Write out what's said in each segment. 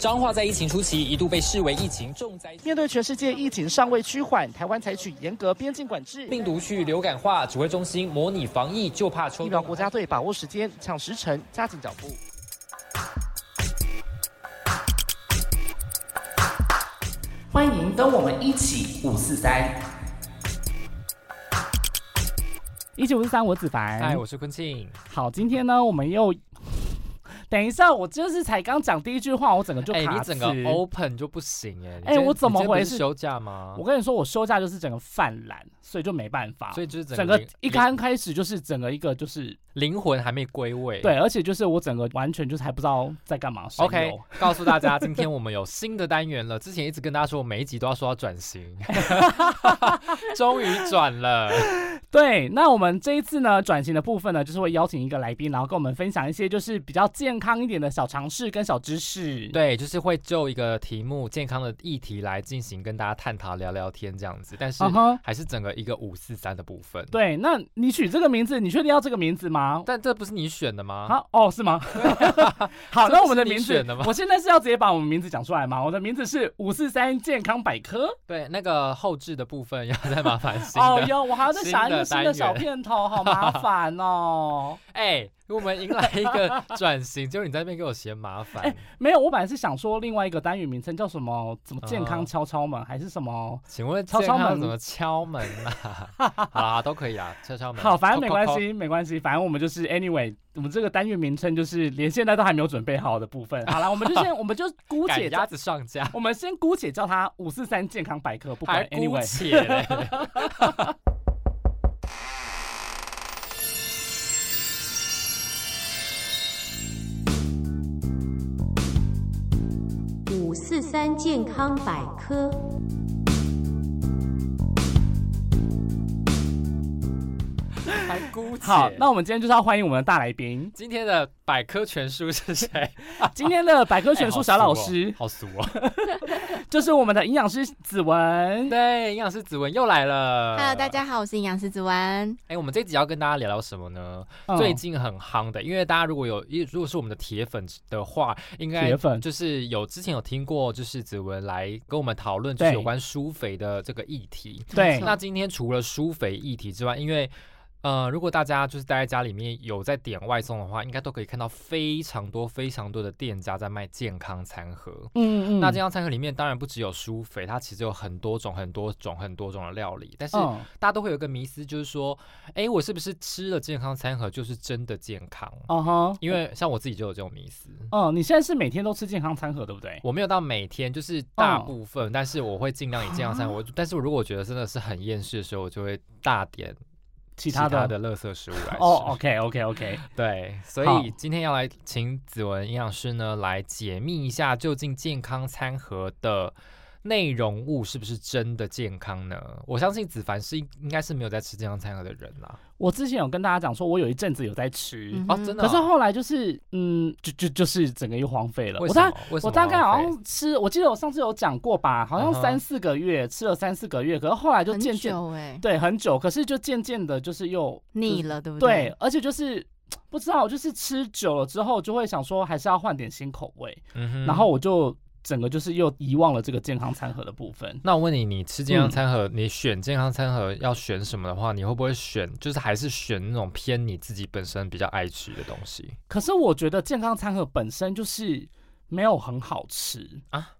彰化在疫情初期一度被视为疫情重灾。面对全世界疫情尚未趋缓，台湾采取严格边境管制，病毒去流感化，指挥中心模拟防疫，就怕抽。疫苗国家队把握时间，抢时辰，加紧脚步。欢迎跟我们一起五四三，一起五四三，我子凡。嗨，哎我是坤庆。好，今天呢，我们又等一下，我就是才刚讲第一句话，我整个就卡哎、你整个词 open 就不行哎、你哎今天我怎么你今天不回是事休假吗我？跟你说，我休假就是整个犯懒，所以就没办法。所以就是整个个一灵刚开始就是整个一个就是灵魂还没归位。对，而且就是我整个完全就是还不知道在干嘛。神，OK， 游告诉大家，今天我们有新的单元了。之前一直跟大家说，我每一集都要说要转型， 终于转了。对，那我们这一次呢转型的部分呢，就是会邀请一个来宾，然后跟我们分享一些就是比较健康一点的小常识跟小知识。对，就是会就一个题目健康的议题来进行跟大家探讨、聊聊天这样子，但是嗯哼，还是整个一个五四三的部分。，对，那你取这个名字，你确定要这个名字吗？但这不是你选的吗？啊，哦，是吗？好，这那不我们的是你名字选的吗，我现在是要直接把我们名字讲出来吗？我的名字是五四三健康百科。对，那个后置的部分要再麻烦新哦的。哟，我还要再想一个新的新的小单元片头，好麻烦哦。哎、我们迎来一个转型，就是你在那边给我嫌麻烦，没有，我本来是想说另外一个单元名称叫什么，什么健啊康敲敲门，还是什么？请问敲健敲康门怎么敲门啊？ 好啦，都可以啊，敲敲门。好，反正没叩关。叩叩系，没关系，反正我们就是 anyway，我们这个单元名称就是连现在都还没有准备好的部分。好了，我们就 先，我们就姑赶且鸭叫，子上架，我们先姑且叫它五四三健康百科，不管还姑 anyway。 且嘞。五四三健康百科。还姑且。，好，那我们今天就是要欢迎我们的大来宾今天的百科全书是谁？今天的百科科全书小老师、哎好俗哦。就是我们的营养师子文。对，营养师子文又来了。 Hello，大。家好，我是营养师子湾。哎、我们这集要跟大家聊聊什么呢？嗯最近很夯的，因为大家如果有，一如果是我们的铁粉的话，应该铁粉就是有之前有听过，就是子文来跟我们讨论，就是对有关舒肥的这个议题。对那今天除了舒肥议题之外，因为呃，如果大家就是待在家里面有在点外送的话，应该都可以看到非常多非常多的店家在卖健康餐盒。嗯嗯，那健这样康餐盒里面当然不只有舒肥，它其实有很多种、很多种、很多种的料理。但是嗯大家都会有一个迷思，就是说，哎，我是不是吃了健康餐盒就是真的健康？哦哈，因为像我自己就有这种迷思，嗯，你现在是每天都吃健康餐盒对不对？我没有到每天，就是大哦部分，但是我会尽量以健啊康餐盒。我但是我如果觉得真的是很厌世的时候，我就会大点其他的的垃圾食物来吃。哦，OK OK OK，对，所好以今天要来请子文营养师呢来解密一下，究竟健康餐盒的内容物是不是真的健康呢？我相信子凡是应该是没有在吃健康餐盒的人啦。我之前有跟大家讲说，我有一阵子有在吃，嗯哦，真的可哦、是后来就是嗯，就就就是整个又荒废了。为什我大么？为什么我大概好浪费像吃，我记得我上次有讲过吧，好像嗯哼三四个月、吃了三四个月，可是后来就很渐渐久哎，对很久，可是就渐渐的就是又腻，了对不就是对，？而且就是。不知道，就是吃久了之后，就会想说还是要换点新口味，嗯哼然后我就整个就是又遗忘了这个健康餐盒的部分。那我问你，你吃健康嗯餐盒，你选健康餐盒要选什么的话，你会不会选？就是还是选那种偏你自己本身比较爱吃的东西可是我觉得健康餐盒本身就是没有很好吃，啊？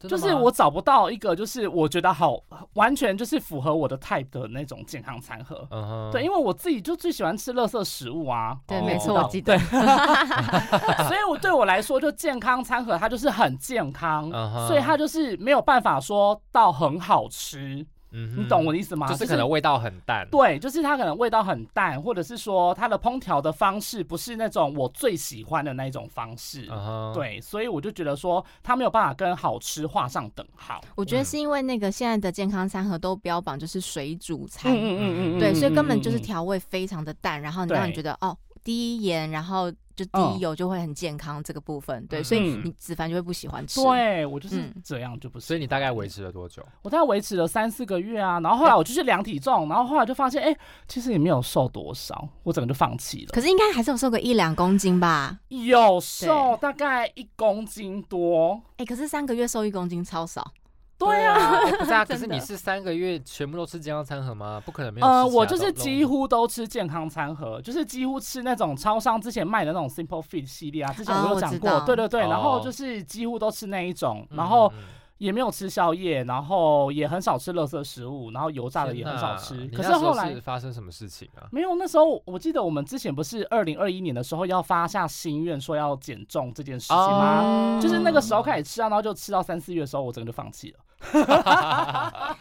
真的就吗是我找不到一个就是我觉得好完全就是符合我的 type 的那种健康餐盒。嗯哼，对，因为我自己就最喜欢吃垃圾食物啊，对，哦没错，到我记得。所以我对我来说，就健康餐盒它就是很健康嗯哼所以它就是没有办法说到很好吃，嗯哼你懂我的意思吗？就是可能味道很淡。对，就是它可能味道很淡，或者是说它的烹调的方式不是那种我最喜欢的那一种方式。嗯哼，对，所以我就觉得说，它没有办法跟好吃画上等号。我觉得是因为那个现在的健康餐盒都标榜就是水煮餐，嗯嗯嗯对，所以根本就是调味非常的淡，然后你让嗯对你觉得哦，低盐，然后就嗯低油就会很健康这个部分，对，嗯所以嗯你子凡就会不喜欢吃。对我就是嗯这样，就不是。所以你大概维持了多久？我大概维持了三四个月啊，然后后来我就去量体重，然后后来就发现，哎、其实也没有瘦多少，我整个就放弃了。可是应该还是有瘦个一两公斤吧？有瘦对大概一公斤多，哎、可是三个月瘦一公斤超少。对啊，哎 不是啊，可真是的你是三个月全部都吃健康餐盒吗？不可能没有。呃，我就是几，乎都吃健康餐盒，就是几乎吃那种超商之前卖的那种 Simple Fit 系列啊，之前啊我有我讲知过，道对对对，哦然后就是几乎都吃那一种，嗯然后嗯嗯也没有吃宵夜，然后也很少吃垃圾食物，然后油炸的也很少吃天。哪你那可是时候后来是发生什么事情 啊？ 没有，那时候我记得我们之前不是二零二一年的时候要发下心愿说要减重这件事情哦吗？嗯就是那个时候开始吃啊，然后就吃到三四月的时候，我整个就放弃了。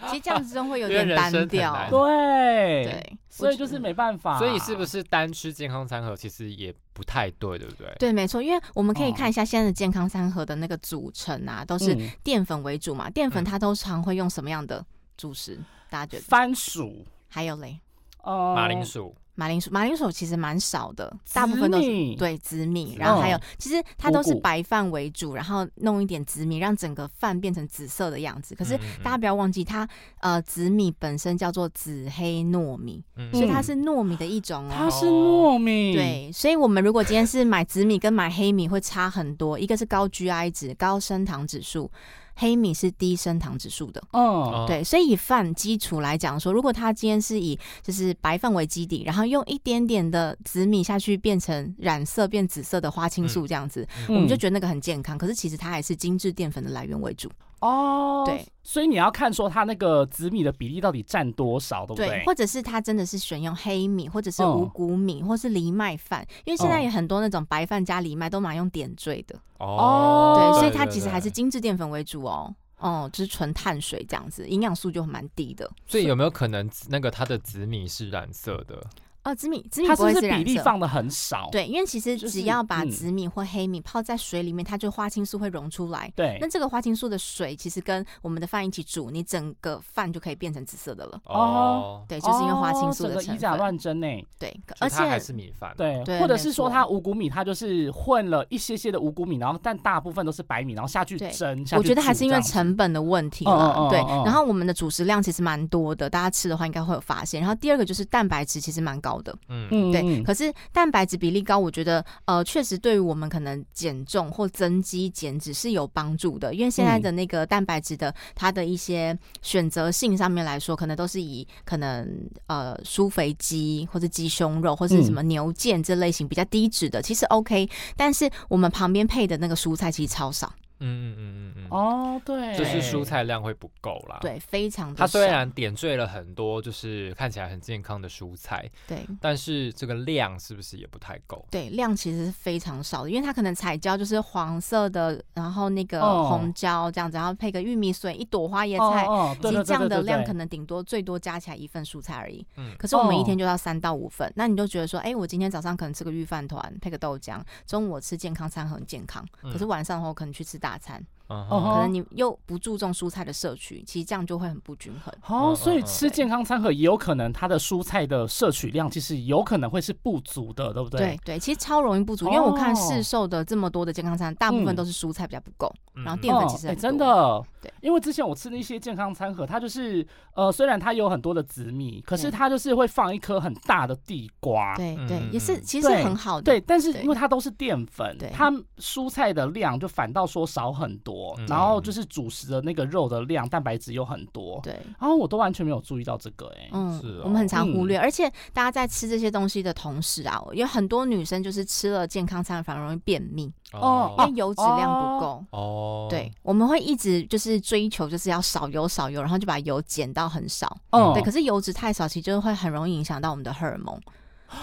其实这样子真会有因为点人单生很调。难对，对所以就是没办法。所以是不是单吃健康餐盒其实也不太对，对不对？对，没错，因为我们可以哦看一下现在的健康餐盒的那个组成啊，都是嗯淀粉为主嘛。淀粉嗯它通常会用什么样的主食？大家觉得？番薯？还有嘞，呃，马铃薯，马铃薯，马铃薯其实蛮少的，大部分都紫是。米，哦对紫米紫，然后米还有，其实它都五是谷白饭为主，然后弄一点紫米，让整个饭变成紫色的样子。可是嗯嗯嗯大家不要忘记，它呃紫米本身叫做紫黑糯米，嗯所以它嗯是糯米的一种哦。它是糯米，，对，所以我们如果今天是买紫米跟买黑米会差很多，一个是高 GI 值、高升糖指数，黑米是低升糖指数的。嗯，哦对，所以以饭基础来讲说，如果它今天是以就是白饭为基底，然后用一点点的紫米下去变成染色变紫色的花青嗯素这样子，我我们就觉得那个很健康。可是其实它还是精致淀粉的来源为主。哦，对，所以你要看说它那个紫米的比例到底占多少，对不哦对？或者是它真的是选用黑米，或者是哦五谷米，或是藜麦饭，因为现哦在有很多那种白饭加藜麦都蛮用点缀的。哦，对，哦所以它其实还是对，精致淀粉为主哦。哦、就是纯碳水这样子，营养素就蛮低的。对所以有没有可能那个它的紫米是染色的？哦，紫米紫米它不是会不是是比染例色。放的很少？对，因为其实就是只要把嗯紫米或黑米泡在水里面，它就花青素会溶出来。对那，这个花青素的水其实跟我们的饭一起煮，你整个饭就可以变成紫色的了。哦，对，就是因为花青哦素的整个成以假分。乱真呢，对，所而以它还且是米饭，，对，对或者是说没错它五谷米，它就是混了一些些的五谷米，然后但大部分都是白米，然后下去对蒸，下去我觉得还煮是因为这样子成本的问题嗯啦嗯嗯，对嗯嗯。然后我们的主食量其实蛮多的，大家吃的话应该会有发现。然后第二个就是蛋白质其实蛮高的，嗯，嗯，对，嗯可是蛋白质比例高，我觉得呃，确实对于我们可能减重或增肌减脂是有帮助的，因为现在嗯的那个蛋白质的它的一些选择性上面来说，可能都是以可能呃酥肥鸡或者鸡胸肉或嗯是什么牛腱这类型比较低脂的，其实 OK，但是我们旁边配的那个蔬菜其实超少，嗯嗯嗯嗯嗯，哦，对，就是蔬嗯菜量会不够啦。，对，非常的啊它虽少然点缀了很多就是看起来很健康的蔬菜，对。但是这个量是不是也不太够？对，量其实是非常少的，因为它可能彩椒就是黄色的，然后那个哦红椒这样子，然后配个玉米笋，一朵花椰哦菜。哦，对对其实这对样对的对量可对，能顶多最多加起来一份蔬菜而已，嗯可是我们一哦天就要三到五份，那你就觉得说，哎、我今天早上可能吃个御饭团，配个豆浆，中午我吃健康餐很健康，可是嗯晚上的话我可能去吃大餐，嗯哦哼可能你又不注重蔬菜的摄取，其实这样就会很不均衡。哦，嗯所以嗯吃健康餐盒也有可能它的蔬菜的摄取量其实有可能会是不足的，对不对？对对，其实超容易不足，因为我看哦嗯市售的这么多的健康餐，大部分都是蔬菜比较不够，嗯然后嗯淀粉其实哎很真多的，对因为之前我吃的一些健康餐盒，它就是呃，虽然它有很多的紫米，可是嗯它就是会放一颗很大的地瓜，对嗯对嗯，也是嗯其实是很好的，对，但是对因为它都是淀粉对，它蔬菜的量就反倒说少很多，嗯然后就是主食的那个肉的量，蛋白质又很多，对，然后我都完全没有注意到这个、哎、嗯，是哦我们很常忽嗯略，而且大家在吃这些东西的同时啊，有很多女生就是吃了健康餐反而容易便秘，哦因啊为油脂量不够。哦，对，，我们会一直就是追求，就是要少油少油，然后就把油减到很少。哦嗯对，可是油脂太少，其实就会很容易影响到我们的荷尔蒙。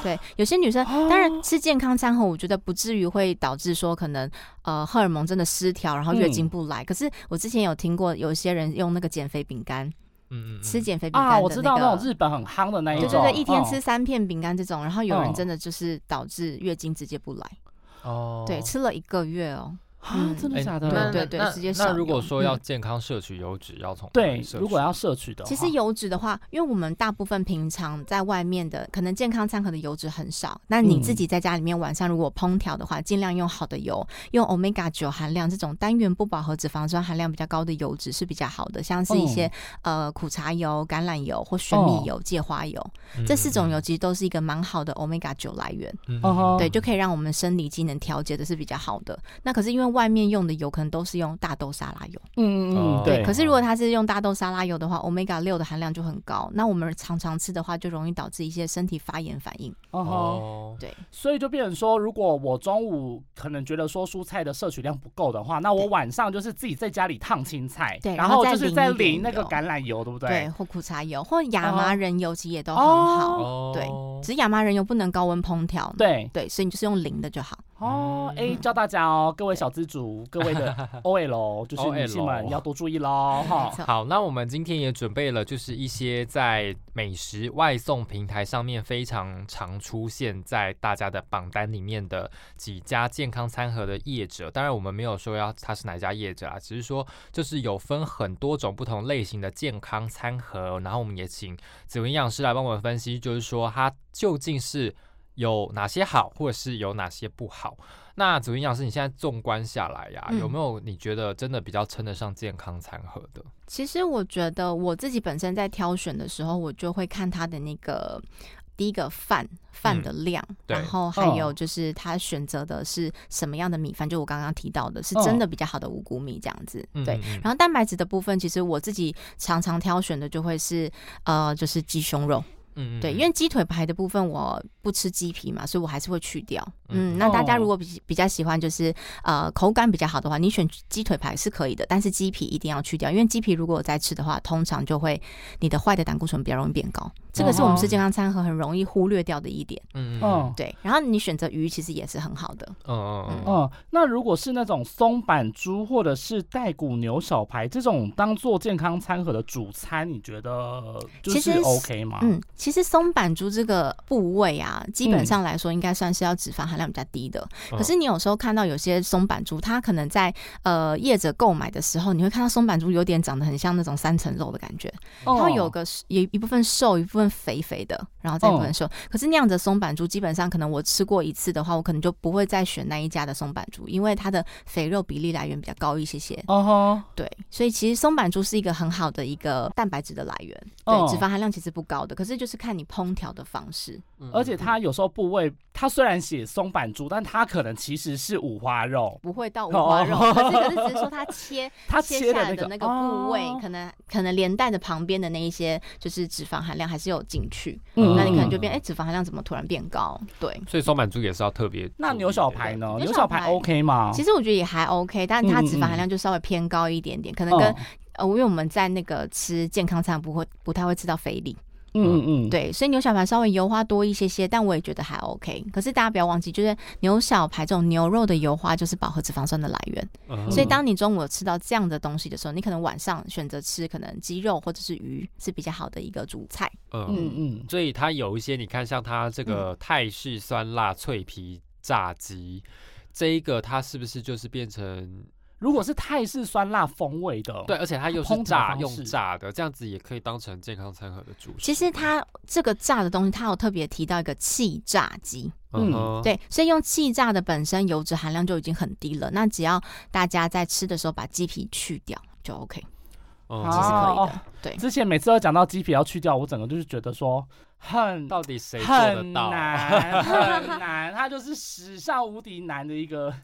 对，有些女生哦当然吃健康餐后，我觉得不至于会导致说可能呃荷尔蒙真的失调，然后月嗯经不来。可是我之前有听过有一些人用那个减肥饼干，嗯嗯，吃嗯减肥饼干的、那啊，个我知道那种日本很夯的那一对对种，对对，一天嗯吃三片饼干这种，然后有嗯人真的就是导致月经直接不来，哦，对，吃了一个月哦，啊，真的哎假那对的？对那对直接那上如果油说要嗯健康摄取油脂，要从哪对里，嗯摄如果取要摄取的话，其实油脂的话，因为我们大部分平常在外面的可能健康餐盒的油脂很少，那你嗯自己在家里面晚上如果烹调的话，尽量用好的油，用 omega 九含量这种单元不饱和脂肪酸含量比较高的油脂是比较好的，像是一些、嗯呃苦茶油、橄榄油或玄哦米油、芥花油，嗯这四种油，其实都是一个蛮好的 omega 九来源，嗯嗯嗯哦吼对，就可以让我们生理机能调节的是比较好的。那可是因为外面用的油可能都是用大豆沙拉油。嗯嗯哦嗯，对对可。是如果它是用大豆沙拉油的话，omega 六的含量就很高，那我们常常吃的话，就容易导致一些身体发炎反应。哦吼，哦，对，所以就变成说，如果我中午可能觉得说蔬菜的摄取量不够的话，那我对晚上就是自己在家里烫青菜，对然然后后再就是淋在一点淋那个油橄榄油，对不对，对？或苦茶油或亚麻哦仁油其实也都很好，哦对只是亚麻仁油不能高温烹调。对，对，所以你就是用零的就好。哦，哎、嗯教大家哦，各位小资主，各位 的 OL，就是女性 OL 们要多注意喽，哈没。错，好，那我们今天也准备了，就是一些在美食外送平台上面非常常出现在大家的榜单里面的几家健康餐盒的业者。当然，我们没有说要它是哪一家业者啊，只是说就是有分很多种不同类型的健康餐盒。然后我们也请紫薇营养师来帮我们分析，就是说它究竟是有哪些好，或者是有哪些不好。那紫薇营养师，你现在纵观下来呀、嗯有没有你觉得真的比较称得上健康餐盒的？其实我觉得我自己本身在挑选的时候，我就会看它的那个。第一个饭饭的量，嗯对然后还有哦就是他选择的是什么样的米饭，就我刚刚提到的，是哦真的比较好的五谷米这样子。嗯对，，嗯然后蛋白质的部分，其实我自己常常挑选的就会是呃，就是鸡胸肉，嗯嗯对，嗯因为鸡腿排的部分我不吃鸡皮嘛，所以我还是会去掉。嗯嗯，嗯那大家如果比比较喜欢就是呃口感比较好的话，你选鸡腿排是可以的，但是鸡皮一定要去掉，因为鸡皮如果我再吃的话，通常就会你的坏的胆固醇比较容易变高，这个是哦哦我们吃健康餐盒很容易忽略掉的一点。嗯嗯嗯嗯对，然后你选择鱼其实也是很好的，嗯嗯嗯，嗯，那如果是那种松板猪或者是带骨牛小排这种当做健康餐盒的主餐，你觉得就其是实 OK 吗？嗯，其实松板猪这个部位啊，嗯基本上来说应该算是要脂肪含量比较低的。嗯可是你有时候看到有些松板猪，它可能在呃业者购买的时候，你会看到松板猪有点长得很像那种三层肉的感觉，哦，它有个有一部分瘦，一部分肥肥的，然后再一部分哦瘦。可是那样子的松板猪，基本上可能我吃过一次的话，我可能就不会再选那一家的松板猪，因为它的肥肉比例来源比较高一些些。嗯哦对，所以其实松板猪是一个很好的一个蛋白质的来源，对，哦脂肪含量其实不高的，可是就是看你烹调的方式。嗯哼，哦而且它有时候部位，它虽然写松板猪，但它可能其实是五花肉，不会到五花肉，哦可 是可是只是说它切它切下的来个的那个部位，哦可能可能连带着旁边的那一些就是脂肪含量还是有进去，嗯那你可能嗯就变哎、脂肪含量怎么突然变高？对，所以松板猪也是要特别。那牛小排？呢？对牛牛小小排排 OK 吗？其实实我觉得也还 OK，但它嗯嗯脂肪含嗯哦量就稍微偏高一点点，可能跟、呃，因为我们在那个吃健康餐不会不太会吃到肥力，嗯嗯嗯，对，所以牛小排稍微油花多一些些，但我也觉得还 OK。可是大家不要忘记，就是牛小排这种牛肉的油花就是饱和脂肪酸的来源，嗯所以当你中午有吃到这样的东西的时候，你可能晚上选择吃可能鸡肉或者是鱼是比较好的一个主菜。嗯，嗯嗯所以它有一些，你看像它这个泰式酸辣脆皮炸鸡，这一个它是不是就是变成如果是泰式酸辣风味的，对，，而且它又哦烹是调炸方用式炸的，这样子也可以当成健康餐盒的主食。其实它这个炸的东西，它有特别提到一个气炸鸡，嗯嗯哼，对，所以用气炸的本身油脂含量就已经很低了，那只要大家在吃的时候把鸡皮去掉就 OK。嗯啊其实可以的哦对之前每次都讲到鸡皮要去掉，我整个就是觉得说很到底谁做很得到？难很难，它就是史上无敌难的一个。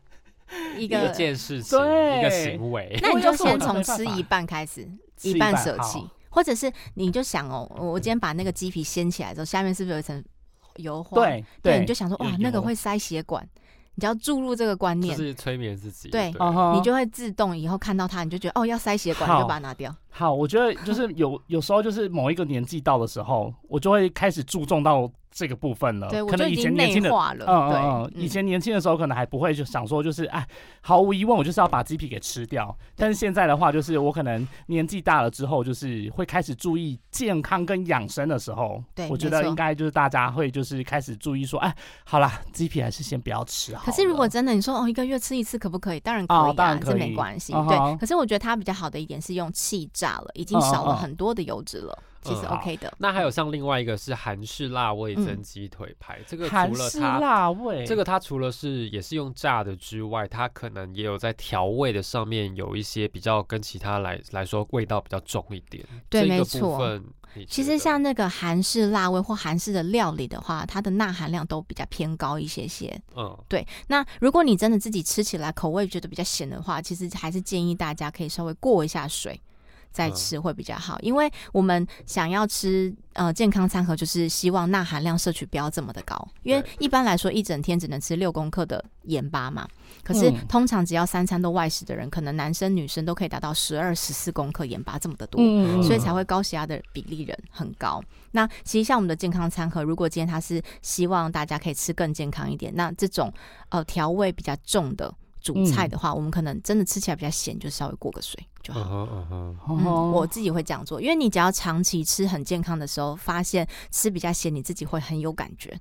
一一个个，件事情，一个对行为。那你如果要就是我先就没从办吃法一半开始，吃一一半半舍弃好，或者是你就想哦，我我今天把那个鸡皮掀起来之后，下面是不是有一层油花？对你就想说有哇油，那个会塞血管，你只要注入这个观就念，是催眠自己，对嗯哼你就会自动以后看到它，你就觉得哦要塞血管，好你就把它拿掉。 好，我觉得就是有有时候就是某一个年纪到的时候，我就会开始注重到这个部分了。对，呃我可就能已以前经年内轻的，化了。对，嗯，以嗯前年轻的时候可能还不会就想说，就是哎，毫无疑问我就是要把鸡皮给吃掉。但是现在的话，就是我可能年纪大了之后，就是会开始注意健康跟养生的时候，对我觉没得错应该就是大家会就是开始注意说，哎，好啦，鸡皮还是先不要吃好了。可是如果真的你说哦一个月吃一次可不可以？当然可以、啊，哦当然可这没以关系。嗯哼对，可是我觉得它比较好的一点是用气炸了，已经少嗯嗯了嗯很多的油脂了，其实嗯 OK 的。那还有像另外一个是韩式辣味增嗯鸡腿排，这个韩除了式它。辣味，这个它除了是也是用炸的之外，它可能也有在调味的上面有一些比较跟其他来来说味道比较重一点。对这个没部错分你觉其实得像那个韩式辣味或韩式的料理的话，它的钠含量都比较偏高一些些。嗯，对，那如果你真的自己吃起来口味觉得比较咸的话，其实还是建议大家可以稍微过一下水。再嗯吃会比较好，因为我们想要吃呃健康餐盒，就是希望钠含量摄取不要这么的高，因为对一般来说一整天只能吃六公克的盐巴嘛。可是嗯通常只要三餐都外食的人，可能男生女生都可以达到十二、十四公克盐巴这么的多。嗯，嗯，嗯所以才会高血压的比例人很高。那其实像我们的健康餐盒，如果今天它是希望大家可以吃更健康一点，那这种呃调味比较重的主菜的话，我们可能真的吃起来比较咸，就稍微过个水就好。嗯哼嗯哼，嗯，哦我自己会这样做，因为你只要长期吃很健康的时候，发现吃比较咸，你自己会很有感觉。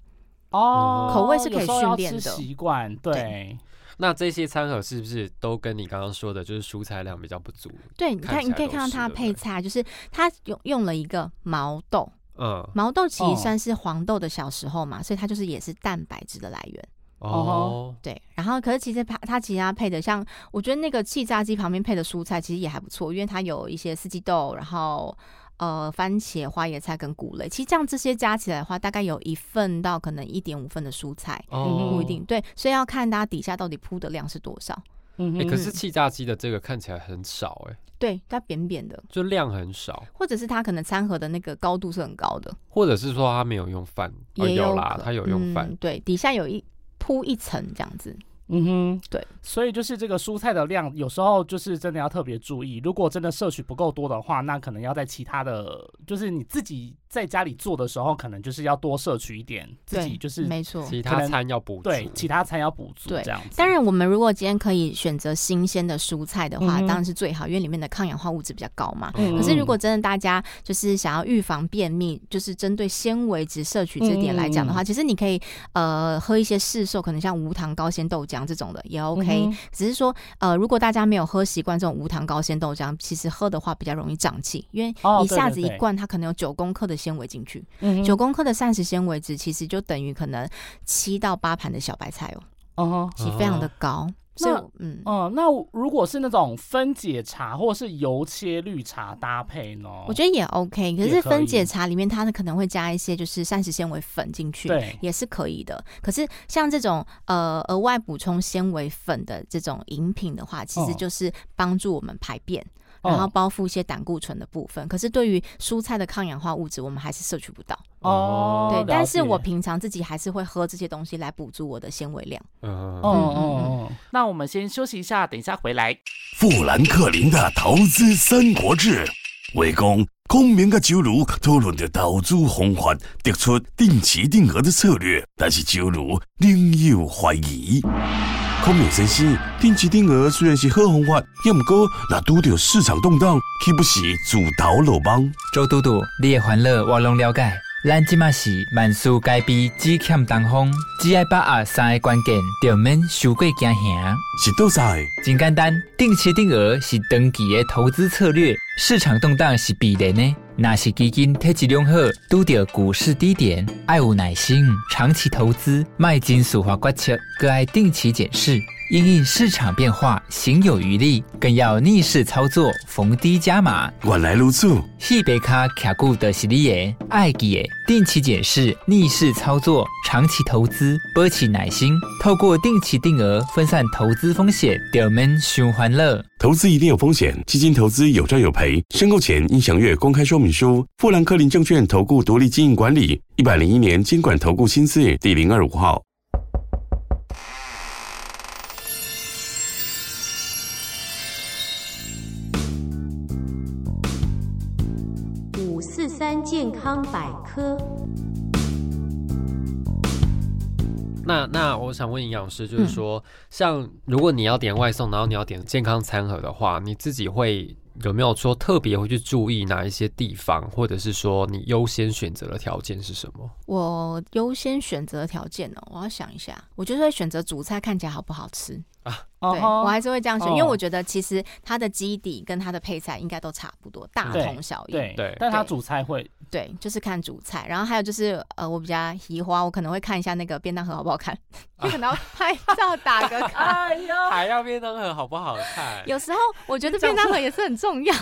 哦，口味是可以有时候要训练吃的习惯对，那这些餐盒是不是都跟你刚刚说的，就是蔬菜量比较不足？对，你看看，起你来可以看到都是它的对不配对菜，就是它用用了一个毛豆，嗯，毛豆其哦实算是黄豆的小时候嘛，所以它就是也是蛋白质的来源。哦，对，然后可是其实它它其他配的像，我觉得那个气炸鸡旁边配的蔬菜其实也还不错，因为它有一些四季豆，然后呃番茄、花椰菜跟谷类，其实这样这些加起来的话，大概有一份到可能一点五份的蔬菜，哦，嗯不一定、对，所以要看它底下到底铺的量是多少。嗯哎、哼可是气炸鸡的这个看起来很少、哎，对，它扁扁的，就量很少，或者是它可能餐盒的那个高度是很高的，或者是说它没有用饭，哦、也有可啦，它有用饭嗯，，对，底下有一铺一层这样子。嗯哼，对，所以就是这个蔬菜的量，有时候就是真的要特别注意。如果真的摄取不够多的话，那可能要在其他的，就是你自己在家里做的时候，可能就是要多摄取一点，自己对，就是没错，其可他能餐要补足，对其他餐要补足对这样子。当然，我们如果今天可以选择新鲜的蔬菜的话，嗯哼当然是最好，因为里面的抗氧化物质比较高嘛。嗯，嗯可是如果真的大家就是想要预防便秘，就是针对纤维质摄取这点来讲的话，嗯其实你可以呃喝一些市售可能像无糖高纤豆浆这种的也 OK、嗯哼只是说呃如果大家没有喝习惯这种无糖高纤豆浆，其实喝的话比较容易胀气，因为哦一下子对一对对罐它可能有九公克的纤维进去，嗯哼九、公克的膳食纤维质其实就等于可能七到八盘的小白菜哦。嗯哼其实非常的高。所以那我，嗯，嗯，那如果是那种分解茶或是油切绿茶搭配呢？我觉得也 OK。可也是可分以解茶里面，它可能会加一些就是膳食纤维粉进去，对也是可以的。可是像这种呃额外补充纤维粉的这种饮品的话，其实哦就是帮助我们排便。哦然后包覆一些胆固醇的部分，可是对于蔬菜的抗氧化物质，我们还是摄取不到。哦，对，了但是我解平常自己还是会喝这些东西来补足我的纤维量。嗯，哦嗯哦哦，那我们先休息一下，等一下回来。富兰克林的投资三国志，为讲公明甲酒如讨论着投资方法，得出定期定额的策略，但是酒如另有怀疑。孔明先生，定期定额虽然是好方法，也毋过若拄着市场动荡，岂不是自投罗网？周嘟嘟，你的烦恼我拢了解。咱即马是万事皆备，只欠东风。只要把握三个关键，就免太过惊吓。是倒在真简单，定期定额是长期的投资策略，市场动荡是必然的。若是基金体质良好，拄着股市低点，爱有耐心，长期投资，卖金属化决策，更爱定期检视，因应市场变化，行有余力，更要逆势操作，逢低加码。原来如此。戏白卡卡固的是你的，爱记的，定期检视、逆势操作、长期投资，保持耐心，透过定期定额分散投资风险，就免想欢乐。投资一定有风险，基金投资有赚有赔。申购前应详阅公开说明书。富兰克林证券投顾独立经营管理，一百零一年经管投顾新字第零二五号。五四三健康百科。那那我想问营养嗯师，就是说，像如果你要点外送，然后你要点健康餐盒的话，你自己会有没有说特别会去注意哪一些地方，或者是说你优先选择的条件是什 么？我优先选择条件哦，我要想一下，我就是会选择主菜看起来好不好吃。嗯对，我还是会这样选，因为哦我觉得其实它的基底跟它的配菜应该都差不多，大对同小异。对对但他主菜会对就是看主菜，然后还有就是呃，我比较喜欢，我可能会看一下那个便当盒好不好看， 就可能要拍照打个 卡。还要便当盒好不好看？有时候我觉得便当盒也是很重 要。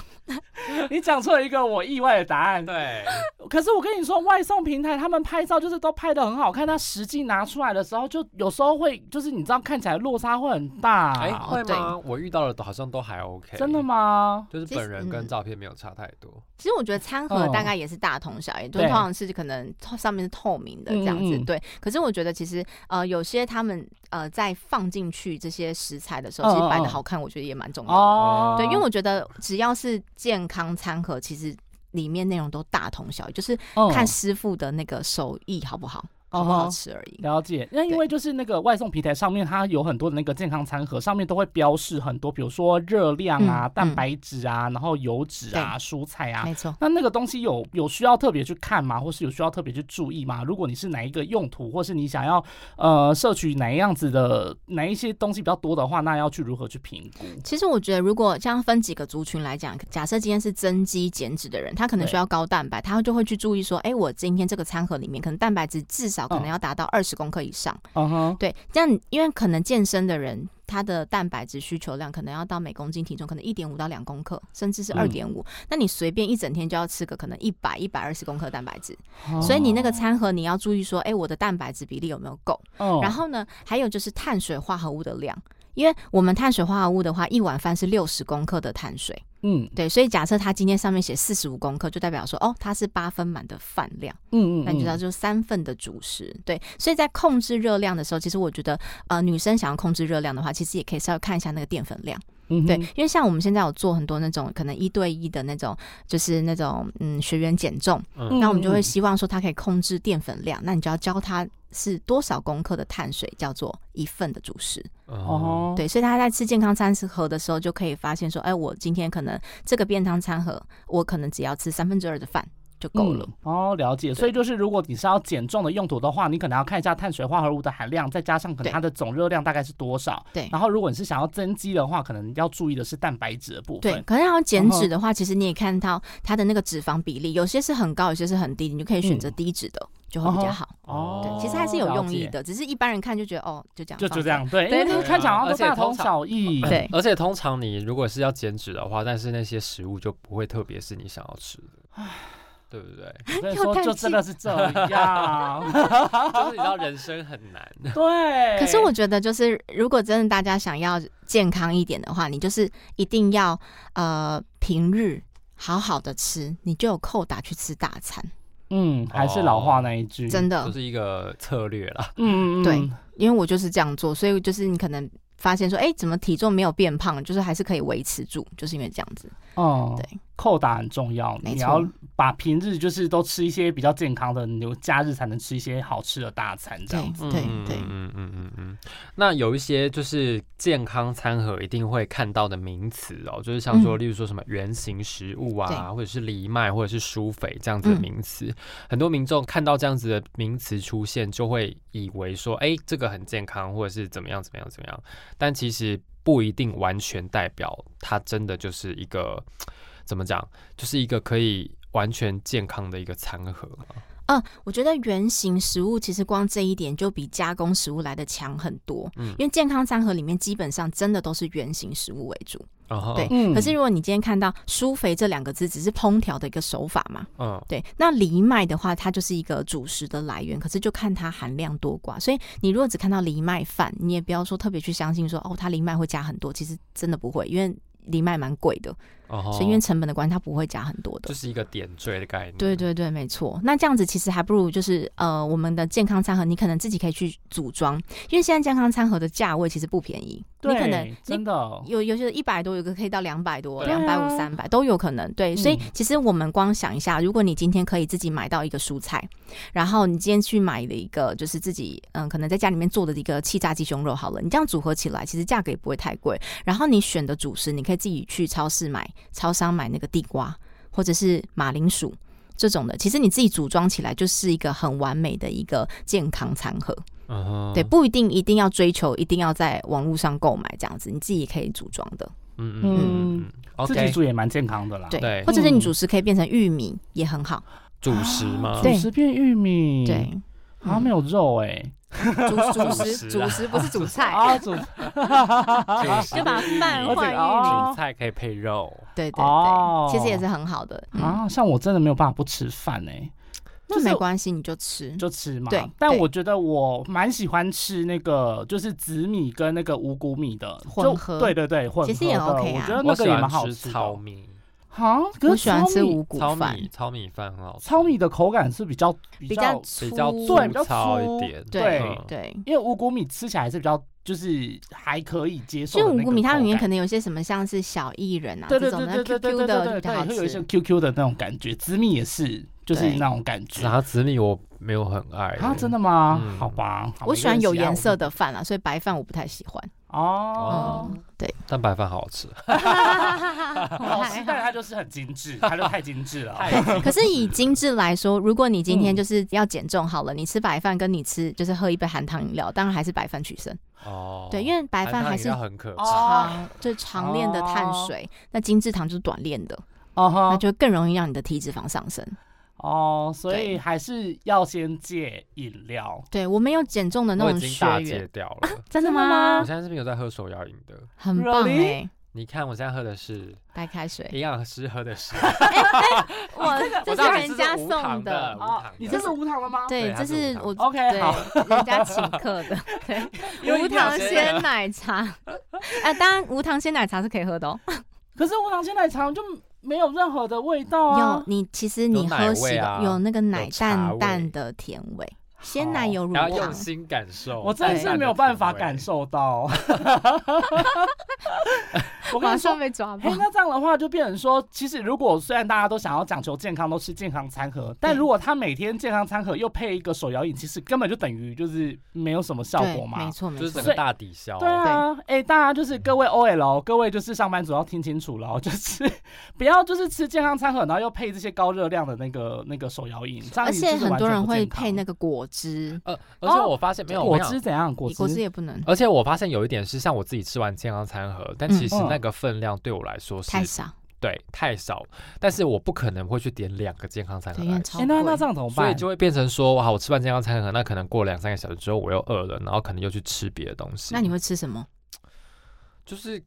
你讲出了一个我意外的答案。对，可是我跟你说，外送平台他们拍照就是都拍的很好看，他实际拿出来的时候，就有时候会就是你知道看起来落差会很大。啊哎、会对吗？我遇到的都好像都还 OK，真的？吗？就是其实本人跟嗯照片没有差太多。其实我觉得餐盒哦大概也是大同小异，就对是通常是可能透上面是透明的这样嗯子，嗯嗯对。可是我觉得其实呃，有些他们呃在放进去这些食材的时嗯候，其实摆嗯的嗯好看，我觉得也蛮重要的。哦，对，因为我觉得只要是健康餐盒，其实里面内容都大同小异，就是我看师傅的那个手艺好不好，好哦不好吃而已。了解，那因对为就是那个外送平台上面，它有很多的那个健康餐盒，上面都会标示很多，比如说热量啊、嗯嗯蛋白质啊，然后油脂啊、蔬菜啊。没错，那那个东西有有需要特别去看吗？或是有需要特别去注意吗？如果你是哪一个用途，或是你想要呃摄取哪一样子的哪一些东西比较多的话，那要去如何去评估？其实我觉得如果这样分几个族群来讲，假设今天是增肌减脂的人，他可能对需要高蛋白，他就会去注意说，哎，我今天这个餐盒里面可能蛋白质至少可能嗯要达到二十公克以上。嗯哼，对，这样因为可能健身的人，他的蛋白质需求量可能要到每公斤体重可能一点五到两公克，甚至是二点五。那你随便一整天就要吃个可能一百一百二十公克蛋白质，哦所以你那个餐盒你要注意说，哎、我的蛋白质比例有没有够？哦，然后呢，还有就是碳水化合物的量。因为我们碳水化合物的话，一碗饭是六十公克的碳水，嗯对，所以假设它今天上面写四十五公克，就代表说，哦，它是八分满的饭量。嗯嗯，那你知道就是三份的主食，对，所以在控制热量的时候，其实我觉得，呃，女生想要控制热量的话，其实也可以稍微看一下那个淀粉量，嗯哼对，因为像我们现在有做很多那种可能一对一的那种，就是那种嗯学员减重，嗯那我们就会嗯希望说他可以控制淀粉量，那你就要教他是多少公克的碳水叫做一份的主食，哦，哦，嗯对，所以他在吃健康餐盒的时候就可以发现说，哎，我今天可能这个便当餐盒，我可能只要吃三分之二的饭就够了。嗯哦，了解。所以就是，如果你是要减重的用途的话，你可能要看一下碳水化合物的含量，再加上可能对它的总热量大概是多少。对然后，如果你是想要增肌的话，可能要注意的是蛋白质的部分。嗯对，可是要减然后脂的话，其实你也看到它的那个脂肪比例，有些是很高，有些是很低，你就可以选择嗯低脂的，就会比较好。哦，对，其实还是有用意了解，的，只是一般人看就觉得哦，就这样，就就这。样。对，因对为那呃个对看起来好像而都且大通同常小异。对，而且通常你如果是要减脂的话，但是那些食物就不会特别是你想要吃的，对不对？所以又说叹就气真的是这样。 就是你知道人生很难，嗯对。可是我觉得，就是如果真的大家想要健康一点的话，你就是一定要呃平日好好的吃，你就有扣打去吃大餐，嗯，还是老话那一句，就真的。是一个策略啦。嗯嗯嗯对因为我就是这样做，所以就是你可能发现说，哎、怎么体重没有变胖，就是还是可以维持住，就是因为这样子。哦，对，扣打很重要，没你错要把平日就是都吃一些比较健康的，你有假日才能吃一些好吃的大餐这样对子。对嗯对，嗯嗯嗯嗯。那有一些就是健康餐盒一定会看到的名词哦，就是像说，嗯例如说什么原型食物啊，对或者是藜麦，或者是舒肥这样子的嗯名词，很多民众看到这样子的名词出现，就会以为说，哎，这个很健康，或者是怎么样怎么样怎么样，但其实不一定完全代表它真的就是一个怎么讲，就是一个可以完全健康的一个餐盒嘛。嗯，我觉得原型食物其实光这一点就比加工食物来的强很多，嗯因为健康餐盒里面基本上真的都是原型食物为主，然后，对。嗯可是如果你今天看到“舒肥”这两个字，只是烹调的一个手法嘛，嗯，对。那藜麦的话，它就是一个主食的来源，可是就看它含量多寡。所以你如果只看到藜麦饭，你也不要说特别去相信说哦，它藜麦会加很多，其实真的不会，因为藜麦蛮贵的，哦吼所以因为成本的关系，它不会加很多的就。是一个点缀的概念。对对对，没错。那这样子其实还不如就是呃，我们的健康餐盒，你可能自己可以去组装，因为现在健康餐盒的价位其实不便宜，你可能对，你真的，有有些一百多，有个可以到两百多、对啊两百五、三百都有可能。对，所以嗯其实我们光想一下，如果你今天可以自己买到一个蔬菜，然后你今天去买了一个就是自己嗯，可能在家里面做的一个气炸鸡胸肉好了，你这样组合起来，其实价格也不会太贵。然后你选的主食，你可以自己去超市买、超商买那个地瓜或者是马铃薯。这种的，其实你自己组装起来就是一个很完美的一个健康餐盒，嗯哼，对，不一定一定要追求，一定要在网络上购买这样子，你自己可以组装的。嗯嗯嗯嗯嗯自己，OK，煮也蛮健康的啦。对，对或者是嗯你主食可以变成玉米也很好，主食吗？对主食变玉米，对，嗯啊，没有肉哎，主主主食食啊主食不是主菜，啊，主 主食 就把饭我觉换得哦玉米，主菜可以配肉，对对哦对，其实也是很好的，嗯，啊，像我真的没有办法不吃饭哎，那没关系，你就吃，就吃嘛。对但对我觉得我蛮喜欢吃那个，就是紫米跟那个五谷米的混就合对对对，混合其实也的 OK 啊我觉得那我个喜也蛮欢好吃吃的。糙米，啊，可是我喜欢吃糙米五谷糙饭，米糙米饭很好吃，糙米的口感是比较比比较较，比较粗，对比较粗糙一粗点，对嗯对。因为五谷米吃起来是比较就是还可以接受所以的五那个口感。谷米它里面可能有些什么像是小薏仁啊对这对种对的对对对 QQ 对的对就比较对，好会有一些吃， QQ 的那种感觉，紫米也是就是对那种感觉。然后紫米我没有很爱啊，真的吗？嗯好吧，好我喜欢有颜色的每饭啊，所以白饭我不太喜欢，个人喜好不嗯，对，蛋白饭好好吃，一 样哦。好吃，但它就是很精致，它就 太精致了。 可是以精致来说，如果你今嗯天就是要减重好了，你吃白饭跟你吃就是喝一杯含糖饮料，当然还是白饭取胜。哦，对，因为白含饭糖还饮是料哦很可怕，哦糖，就是长链的碳水，那精致糖就是短链的，哦那哈，就更容易让你的体脂肪上升。哦，所以对还是要先戒饮料。对我没有减重的那我已种经学大戒员，掉 了。真的吗我？现在是没有在喝手摇饮的，很棒哎、 Really？你看我现在喝的是白开水，营养师喝的是，哇， 这我是到底人家无糖送的，无糖哦的，你这是无糖的吗？对，对它这是是无我 OK，好，对人家请客的， 因为对，无一定要糖先鲜奶茶，啊，当然无糖鲜奶茶是可以喝的哦。可是无糖鲜奶茶就没有任何的味道有啊。你，其实你奶喝味习啊惯有那个奶茶淡味淡的甜味，鲜奶油乳然后用糖。心感受，啊我真的是没有办法感受到。 我跟马你说上，被抓嘿包，那这样的话就变成说，其实如果虽然大家都想要讲求健康，都吃健康餐盒，但如果他每天健康餐盒又配一个手摇饮，其实根本就等于就是没有什么效对果，嘛没。错没就是整错个，大抵哦消。对啊，哎、大家就是各位 OL，各位就是上班族要听清楚了，哦 就是不要就是吃健康餐盒，然后又配这些高热量的那个那个手摇饮，这样而你且很多人会配那个个果汁，呃，而哦且我发现没有果。我汁想怎样？果你汁果汁也不能而且我发现有一点是，像我自己吃完健康餐盒，但其实嗯那个分量对我来说是太少，对太少，但是我不可能会去点两个健康餐盒对，因来为吃超哎、贵。那那这样怎么所以办？就会变成说，哇，我吃完健康餐盒，那可能过两三个小时之后我又饿了，然后可能又去吃别的东西。那你会吃什么？就是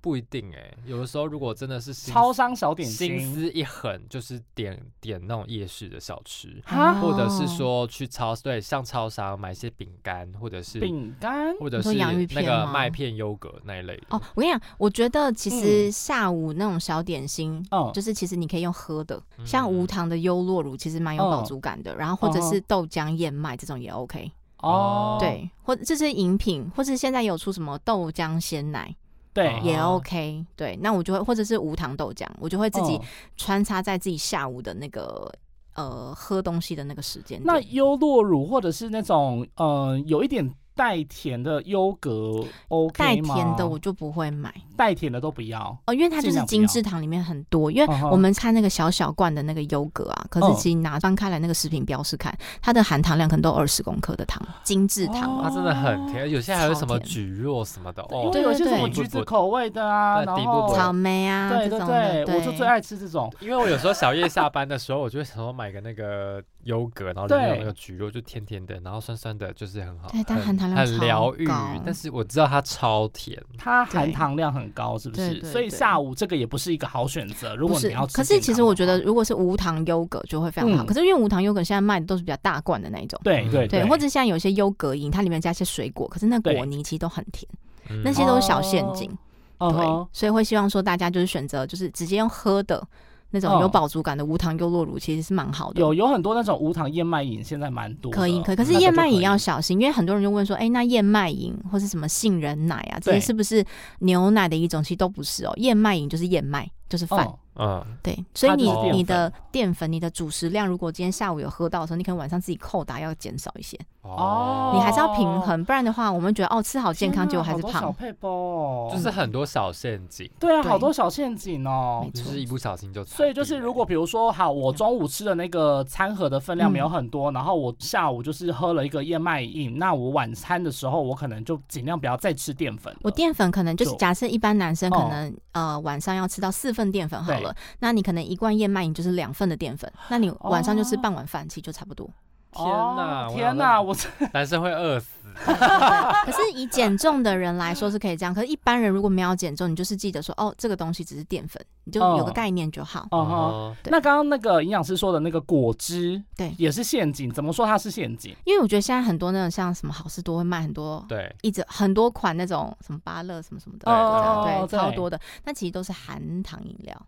不一定哎、有的时候如果真的是心超商小点心心思一狠，就是点点那种夜市的小吃，啊或者哦是说去超对像超商买一些饼干，或者是饼干或者你说是洋芋那片个吗麦片优格那一类的。哦，我跟你讲，我觉得其嗯实下午那种小点心，嗯就是其实你可以用喝的，哦嗯哦像无糖的优酪乳，其实蛮有饱嗯足感的。然后或者嗯哼是豆浆燕麦这种也 OK，哦，对，或者这是饮品，或是现在有出什么豆浆鲜奶对，也哦 OK，对，那我就会或者是无糖豆浆，我就会自己嗯穿插在自己下午的那个呃喝东西的那个时间那点。优酪乳或者是那种呃有一点带甜的优格 OK 带吗？甜的我就不会买带甜的都不要。哦，因为它就尽是量不精要致糖里面很多，因为嗯哼我们看那个小小罐的那个优格啊，可嗯是其实拿翻开来那个食品标示看，它的含糖量可能都二十公克的糖，精致糖它哦啊，真的很甜，有些还有什么超甜蒟蒻什么的哦因。为对有一些对什么对橘子不不口味的啊，对然底部后不草莓啊对这对种的，对，我就最爱吃这种。因为我有时候小夜下班的时候，我就会想说买个那个优格，然后里面有对那个蒟蒻，就甜甜的，然后酸酸的，就是很好，对哎但很含糖量很超疗愈高。但是我知道它超甜，它含对糖量很高，是不对是？对所以对下午这个也不是一个好选择。如不果是你要，吃可健康的话，是其实我觉得，如果是无糖优格就会非常好。嗯可是因为无糖优格现在卖的都是比较大罐的那一种，嗯对对对，或者像有些优格饮，它里面加一些水果，可是那果泥其实都很甜，嗯那些都是小陷阱。嗯对哼，，所以会希望说大家就是选择就是直接用喝的那种嗯有饱足感的无糖优酪乳，其实是蛮好的。有有很多那种无糖燕麦饮，现在蛮多的。可以，可以可是那个燕都麦饮以要小心，因为很多人就问说，哎、那燕麦饮或是什么杏仁奶啊，这些对是不是牛奶的一种？其实都不是哦，燕麦饮就是燕麦，就是饭，哦嗯，对。所以它就是淀你你粉的淀粉、你的主食量，如果今天下午有喝到的时候，你可能晚上自己扣打要减少一些，哦你还是要平衡，不然的话，我们觉得哦吃好健康，天结哪果还好是多胖小。配包哦，就是很多小陷阱，对啊，对好多小陷阱哦没。就错是一不小心就踩所以就是，地雷如果比如说，好，我中午吃的那个餐盒的分量没有很多，然后我下午就是喝了一个燕麦饮，那我晚餐的时候，我可能就尽量不要再吃淀粉了。我淀粉可能就是就假设一般男生可哦能、呃晚上要吃到四份淀粉好对了，那你可能一罐燕麦饮就是两份的淀粉，那你晚上就吃哦半碗饭，其实就差 不多。天哪哦我天想哪，说我这男生会饿死，可是以减重的人来说是可以这样，可是一般人如果没有减重，你就是记得说哦，这个东西只是淀粉，你就有个哦概念就好。哦哈。嗯对那刚刚那个营养师说的那个果汁，对也是陷阱。怎么说它是陷阱？因为我觉得现在很多那种像什么好事多会卖很多。对，一直很多款那种什么芭乐什么什么的，对哦对，对超多的。那其实都是含糖饮料，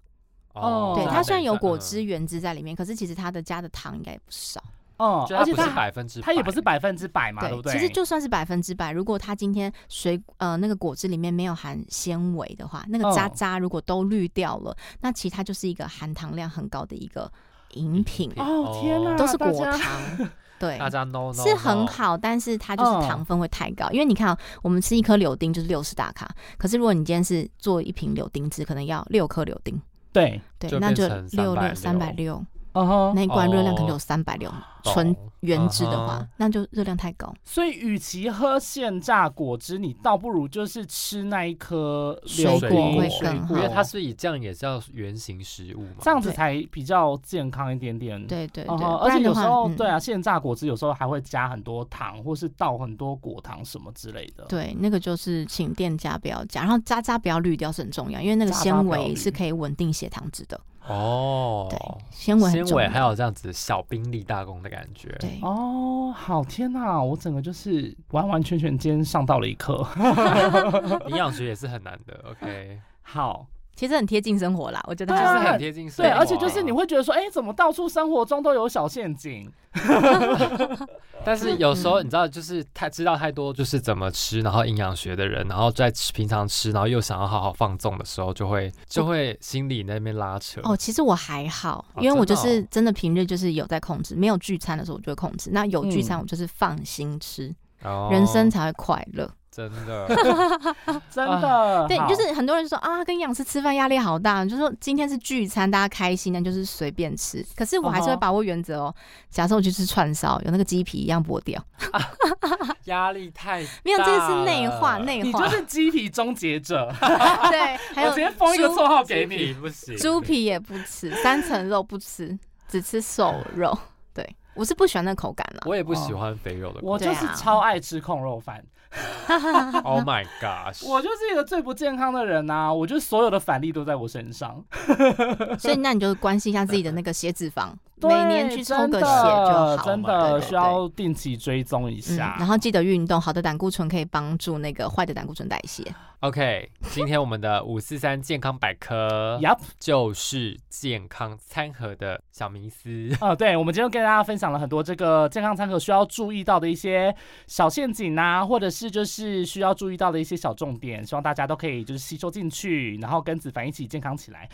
哦对那它等虽然有果汁嗯原汁在里面，可是其实它的加的糖应该也不少。哦，就而它且不是它百分之百，它也不是百分之百嘛，对不对？其实就算是百分之百，如果它今天水呃那个果汁里面没有含纤维的话，那个渣哦渣如果都滤掉了，那其实它就是一个含糖量很高的一个饮饮品，品哦天哪，都是大果家 糖，对。大家 no no 是很，哦好，但是它嗯就是糖分会太高，因为你看、哦，我们吃一颗柳丁就是六十大卡，可是如果你今天是做一瓶柳丁汁，可能要六颗柳丁，对，对，就那就变成六六三百360六，嗯哼。那一罐热量可能哦有三百六，懂纯原汁的话嗯哼，那就热量太高。所以，与其喝现榨果汁，你倒不如就是吃那一颗柳水丁果会水更好因果为它是以这样也是要原型食物嘛，这样子才比较健康一点点。对对对，嗯哼，不而且然的有时话，候嗯对啊，现榨果汁有时候还会加很多糖，或是倒很多果糖什么之类的。对，那个就是请店家不要加，然后渣渣不要滤掉是很重要，因为那个渣渣纤不要维滤是可以稳定血糖值的。哦，对，纤维很纤重维要。还有这样子小兵立大功的感觉，对，哦，好天哪、我整个就是完完全全今天上到了一 课。营养学也是很难的，OK， 好，其实很贴近生活啦，我觉得对就就是啊是很贴近生对，活啊而且就是你，会觉得说，哎、怎么到处生活中都有小陷阱？但是有时嗯候你知道，就是太知道太多，就是怎么吃，然后营养学的人，然后在吃平常吃，然后又想要好好放纵的时候，就会就会心里那边拉扯，哦，其实我还好，哦因为我就真的哦是真的平日就是有在控制，没有聚餐的时候我就会控制，那有聚餐嗯我就是放心吃，哦人生才会快乐。真 的真的，哦对，好就是很多人说啊，跟营养师吃饭压力好大，就说今天是聚餐，大家开心，那就是随便吃。可是我还是嗯会哼把握原则哦。假设我去吃串烧，有那个鸡皮一样剥掉，压力太大了，没有，这个是内化，内你就化。是鸡皮终结者，对，还我有直接封一个猪绰号给给你。你不行，猪皮也不吃，三层肉不吃，只吃瘦肉。对，我是不喜欢那口感啊了。我也不喜欢肥肉的哦我口对就是啊超爱吃控肉饭，感。Oh my gosh！我就是一个最不健康的人呐、啊我就是所有的反例都在我身上， 所以那你就关心一下自己的那个血脂肪，每对年去抽个血真就的好。真对的对需要定期追踪一嗯，下。然后记得运动，好的胆固醇可以帮助那个坏的胆固醇代谢。 OK，今天我们的五四三健康百科嗯 Yup，就是健康餐盒的小迷 思。呃，对，我们今天跟大家分享了很多这个健康餐盒需要注意到的一些小陷阱啊，或者是就是需要注意到的一些小重点，希望大家都可以就是吸收进去，然后跟子凡一起健康起来。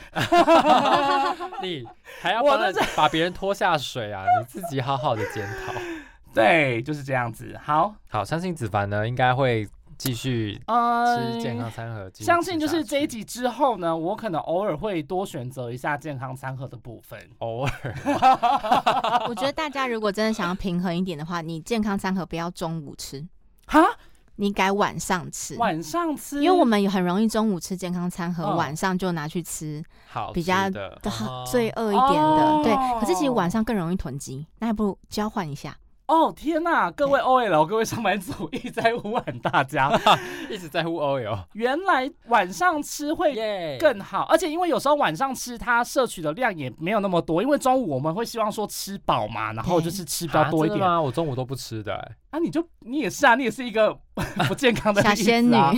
你还要我帮的人把别人拖下水啊！你自己好好的检讨。对，就是这样子。好，好，相信子凡呢应该会继续呃，吃健康餐盒，继续相信吃就下是这去一集之后呢，我可能偶尔会多选择一下健康餐盒的部分。偶尔我觉得大家如果真的想要平衡一点的话，你健康餐盒不要中午吃，哈，你改晚上吃。晚上吃，因为我们很容易中午吃健康餐盒，嗯晚上就拿去吃好比吃较的的哦罪恶一点的，对哦。可是其实晚上更容易囤积，那还不如交换 一下。哦天呐，各位 OL，各位上班族一直在呼喊大 家，一直在乎 OL，原来晚上吃会耶更好，而且因为有时候晚上吃它摄取的量也没有那么多，因为中午我们会希望说吃哎啊饱嘛，然后就是吃比较多一点。啊真的吗？我中午都不吃的欸，啊，你就你也是啊，你也是一个 不健康的小例子仙女啊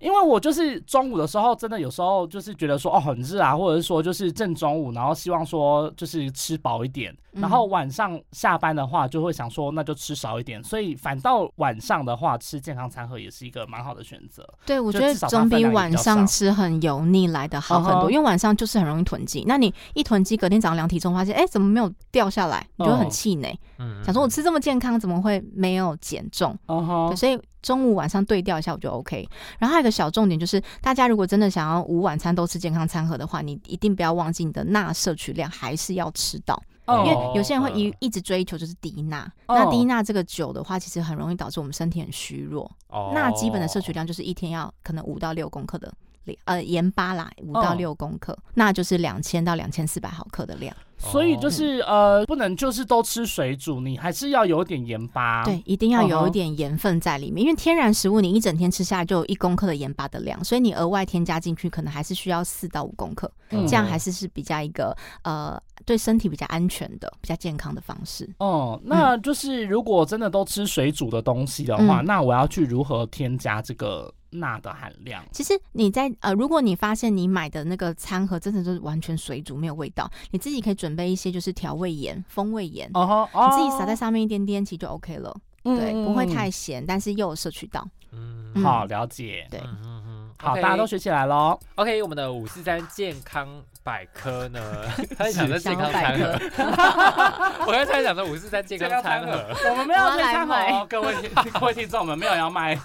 因为我就是中午的时候，真的有时候就是觉得说哦很热啊，或者是说就是正中午，然后希望说就是吃饱一点，嗯然后晚上下班的话就会想说那就吃少一点，所以反倒晚上的话吃健康餐盒也是一个蛮好的选择。对，我就觉得至少它总分比量也晚比较上少吃很油腻来的好很嗯多，哼因为晚上就是很容易囤积。那你一囤积，隔天早上量体重，发现哎、诶怎么没有掉下来，你就会很哦气馁，嗯想说我吃这么健康，怎么会没有减重？嗯对哼，所以中午晚上对调一下，我觉得 OK。然后还有一个小重点就是，大家如果真的想要午晚餐都吃健康餐盒的话，你一定不要忘记你的钠摄取量还是要吃到，因嗯为哦有些人会一嗯一直追求就是低钠。哦那低钠这个久的话，其实很容易导致我们身体很虚弱。哦钠基本的摄取哦量就是一天要可能五到六公克的量，呃，盐巴啦五到哦六公克，那就是两千到两千四百毫克的量。所以就是呃，不能就是都吃水煮，你还是要有点盐巴。对，，一定要有嗯一哼点盐分在里面，因为天然食物你一整天吃下来就有一公克的盐巴的量，所以你额外添加进去可能还是需要四到五公克，嗯这样还是是比较一个呃对身体比较安全的、比较健康的方式。哦，那就是如果真的都吃水煮的东西的话，嗯那我要去如何添加这个钠的含量？其实你在呃，如果你发现你买的那个餐盒真的就是完全水煮没有味道，你自己可以准备一些就是调味盐、风味盐，哦吼，你哦自己撒在上面一点点，其实就 OK 了。对，不会太。咸，但是又有摄取到。嗯嗯好，了解。对嗯嗯嗯好 OK 大家都学起来喽。 OK，我们的五四三健康百科呢， 他想着健想要康百餐科盒，， 我刚才想着五四三健康餐盒，我们没有要我要推来餐盒买哦，各位听 各位听众，我们没有要卖。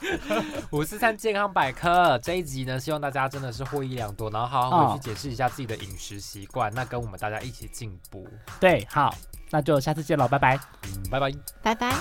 五四三健康百科这一集呢，希望大家真的是获益良多，然后好好回去解释一下自己的饮食习惯，那跟我们大家一起进步。对，好，那就下次见喽，拜拜。嗯，拜拜。拜拜。